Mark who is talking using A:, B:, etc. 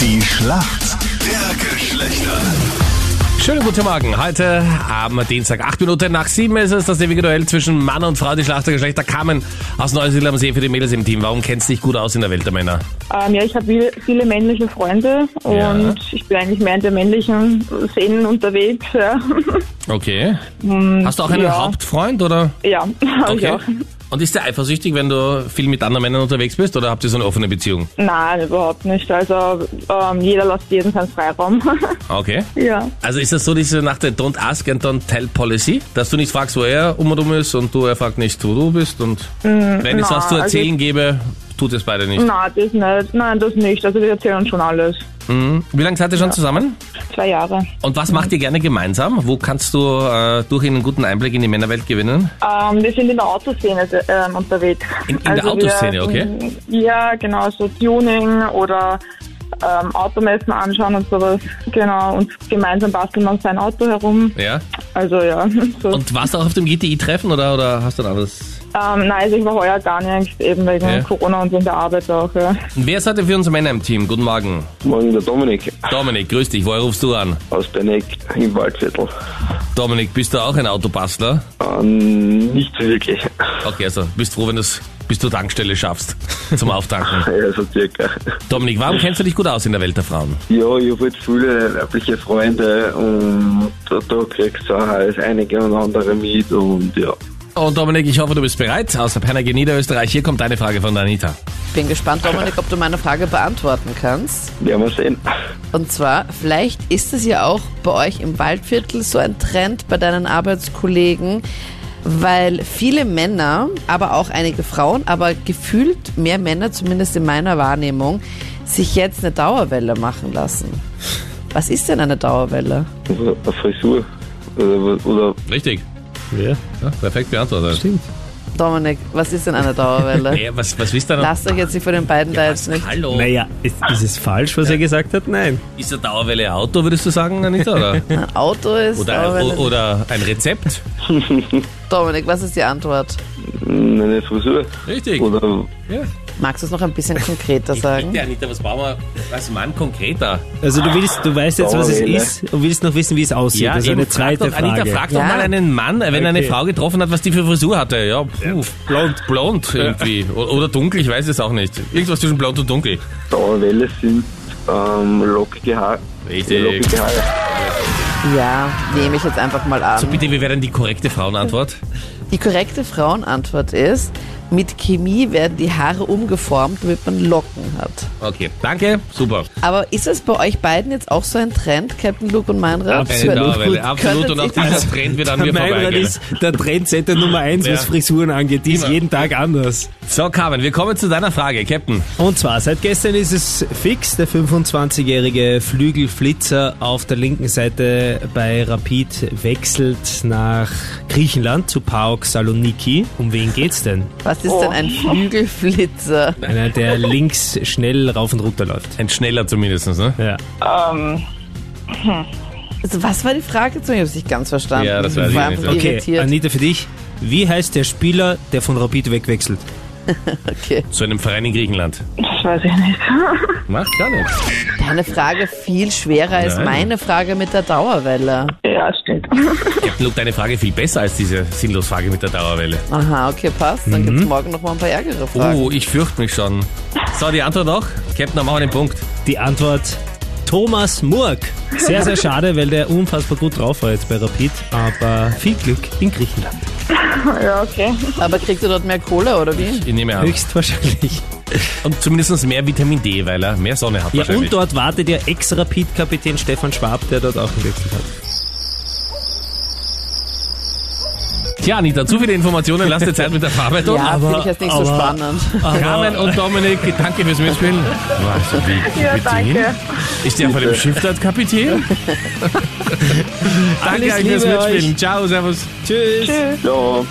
A: Die Schlacht der Geschlechter.
B: Schönen guten Morgen. Heute am Dienstag, acht Minuten nach sieben ist es, das ewige Duell zwischen Mann und Frau. Die Schlachtergeschlechter kamen aus Neusiedl am See für die Mädels im Team. Warum kennst du dich gut aus in der Welt der Männer?
C: Ähm, ja, ich habe viele, viele männliche Freunde und
B: Ja.
C: ich bin eigentlich mehr in der männlichen Szenen unterwegs. Ja,
B: Okay. Hast du auch einen
C: Hm, ja.
B: Hauptfreund oder?
C: ja hab ich
B: Okay.
C: auch.
B: Und ist der eifersüchtig, wenn du viel mit anderen Männern unterwegs bist oder habt ihr so eine offene Beziehung?
C: Nein, überhaupt nicht. Also ähm, jeder lässt jeden seinen Freiraum.
B: Okay.
C: ja.
B: Also ist das so diese nach der Don't Ask and Don't Tell Policy, dass du nicht fragst, wo er um und um ist und du er fragt nicht, wo du bist und wenn es
C: na,
B: was zu
C: also Hm.
B: erzählen gäbe, tut es beide nicht.
C: Nein, das nicht. Nein, das nicht. Also wir erzählen uns schon alles.
B: Mhm. Wie lange seid ihr schon zusammen?
C: Zwei Jahre.
B: Und was macht ihr gerne gemeinsam? Wo kannst du äh, durch einen guten Einblick in die Männerwelt gewinnen?
C: Ähm, wir sind in der Autoszene ähm, unterwegs. Also
B: In- in der Autoszene, okay.
C: Ja, genau, so Tuning oder ähm, Automessen anschauen und sowas. Genau, und gemeinsam basteln wir uns sein Auto herum.
B: Ja.
C: Also ja, so.
B: Und warst du auch auf dem GTI-Treffen oder, oder hast du ein anderes?
C: ähm, nein, also ich war heuer gar nicht, eben wegen
B: Ja.
C: Corona und in der Arbeit auch. Ja.
B: Wer seid ihr für uns Männer im Team? Guten Morgen.
D: Morgen der Dominik
B: Dominik, grüß dich. Woher rufst du an?
D: aus Berneck im Waldviertel.
B: Dominik, bist du auch ein Autobastler?
D: Ähm, nicht so wirklich.
B: Okay, also bist froh, wenn du es bis zur Tankstelle schaffst zum Auftanken.
D: Ja, so Also circa.
B: Dominik, warum kennst du dich gut aus in der Welt der Frauen?
D: Ja, ich habe jetzt viele weibliche Freunde und da, da kriegst du auch alles einige und andere mit und ja.
B: Und Oh, Dominik, ich hoffe, du bist bereit. Aus der Pernagel Niederösterreich, hier kommt eine Frage von der Anita.
E: Bin gespannt, Dominik, ob du meine Frage beantworten kannst.
D: Werden wir sehen.
E: Und zwar, vielleicht ist es ja auch bei euch im Waldviertel so ein Trend bei deinen Arbeitskollegen, weil viele Männer, aber auch einige Frauen, aber gefühlt mehr Männer, zumindest in meiner Wahrnehmung, sich jetzt eine Dauerwelle machen lassen. Was ist denn eine Dauerwelle?
D: Also, Eine Frisur. Oder, oder
B: Richtig. Ja. perfekt beantwortet. Stimmt.
E: Dominik, was ist denn eine Dauerwelle?
B: Ja, was, was wisst ihr noch?
E: Lasst euch jetzt nicht von den beiden da jetzt nicht.
B: Hallo.
F: Naja, ist, ist es falsch, was er gesagt hat? Nein.
B: Ist eine Dauerwelle ein Auto, würdest du sagen, Anita? Oder,
E: Ein Auto ist
B: oder,
E: Dauerwelle.
B: o- oder ein Rezept?
E: Dominik, was ist die Antwort?
D: eine Frisur.
B: Richtig.
D: Oder
B: Ja.
E: Magst du es noch ein bisschen konkreter sagen?
B: Bitte, Anita, was brauchen wir als Mann konkreter?
F: Also du willst, du weißt jetzt, was es ist und willst noch wissen, wie es aussieht. das ist eine
B: eben, frag
F: zweite
B: doch,
F: Frage.
B: Anita, frag doch
E: Ja.
B: mal einen Mann, wenn er eine
F: Okay.
B: Frau getroffen hat, was die für Frisur hatte. Ja, puh, blond. Blond irgendwie. O- Oder dunkel, ich weiß es auch nicht. Irgendwas zwischen blond und dunkel.
D: Dauerwelle sind ähm, lockige Haare.
B: Richtig.
D: Lockige Haare.
E: Ja, nehme ich jetzt einfach mal an.
B: So bitte, wie wäre denn die korrekte Frauenantwort?
E: Die korrekte Frauenantwort ist, mit Chemie werden die Haare umgeformt, damit man Locken hat.
B: Okay, danke, super.
E: Aber ist es bei euch beiden jetzt auch so ein Trend, Captain Luke und Meinrad?
B: Eine
F: Absolut.
B: Dauerwelle, absolut.
E: Könntet
B: Und auch
E: ihr-
B: dieser Trend wird an mir
F: Der Meinrad
B: vorbeigehen.
F: ist der Trendsetter Nummer eins,
B: Ja.
F: was Frisuren angeht. Die ist
B: Immer.
F: jeden Tag anders.
B: So, Carmen, wir kommen zu deiner Frage, Captain.
F: Und zwar, seit gestern ist es fix, der 25-jährige Flügelflitzer auf der linken Seite bei Rapid wechselt nach Griechenland zu PAOK Saloniki. Um wen geht's denn?
E: Was ist denn ein
B: Oh.
E: Flügelflitzer?
F: Einer, der links schnell rauf und runter läuft.
B: Ein schneller zumindest, ne?
F: Ja.
C: Ähm,
E: Also was war die Frage? Ich habe es nicht ganz verstanden.
B: Ja, das weiß ich
E: war
B: nicht.
E: einfach
B: Okay,
F: Okay,
E: irritiert.
F: Anita, für dich. Wie heißt der Spieler, der von Rapid wegwechselt?
E: Okay.
B: Zu einem Verein in Griechenland.
C: das weiß ich nicht.
B: Macht gar nichts.
E: Deine Frage viel schwerer als
B: Nein.
E: meine Frage mit der Dauerwelle.
C: ja, stimmt.
B: Captain Luke, deine Frage viel besser als diese sinnlose Frage mit der Dauerwelle.
E: Aha, okay, passt. Dann
B: Mhm.
E: gibt's morgen noch mal ein paar ärgere Fragen.
B: Oh, ich fürchte mich schon. So, die Antwort auch. Captain, dann machen wir den Punkt.
F: Die Antwort Thomas Murk. Sehr, sehr schade, weil der unfassbar gut drauf war jetzt bei Rapid. Aber viel Glück in Griechenland.
C: Ja, okay.
B: Oh.
E: Aber kriegt ihr dort mehr Kohle oder wie?
B: Ich nehme an.
F: Höchstwahrscheinlich.
B: Und zumindest mehr Vitamin D, weil er mehr Sonne hat
F: Ja,
B: wahrscheinlich.
F: und dort wartet ja Ex-Rapid-Kapitän Stefan Schwab, der dort auch gewechselt hat.
B: Tja, Anita, zu viele Informationen. Lass dir Zeit mit der Verarbeitung.
E: Ja,
F: aber-
E: finde ich jetzt nicht so
F: aber-
E: spannend.
B: Carmen und Dominik, danke fürs Mitspielen. Was, wie,
C: Ja,
B: mit
C: danke.
B: Ihnen? Ist der von dem Schiff dort Kapitän? danke
F: Alles
B: euch fürs
F: Liebe euch.
B: Mitspielen. Ciao, servus.
F: Tschüss.
C: Tschüss.
D: Ja.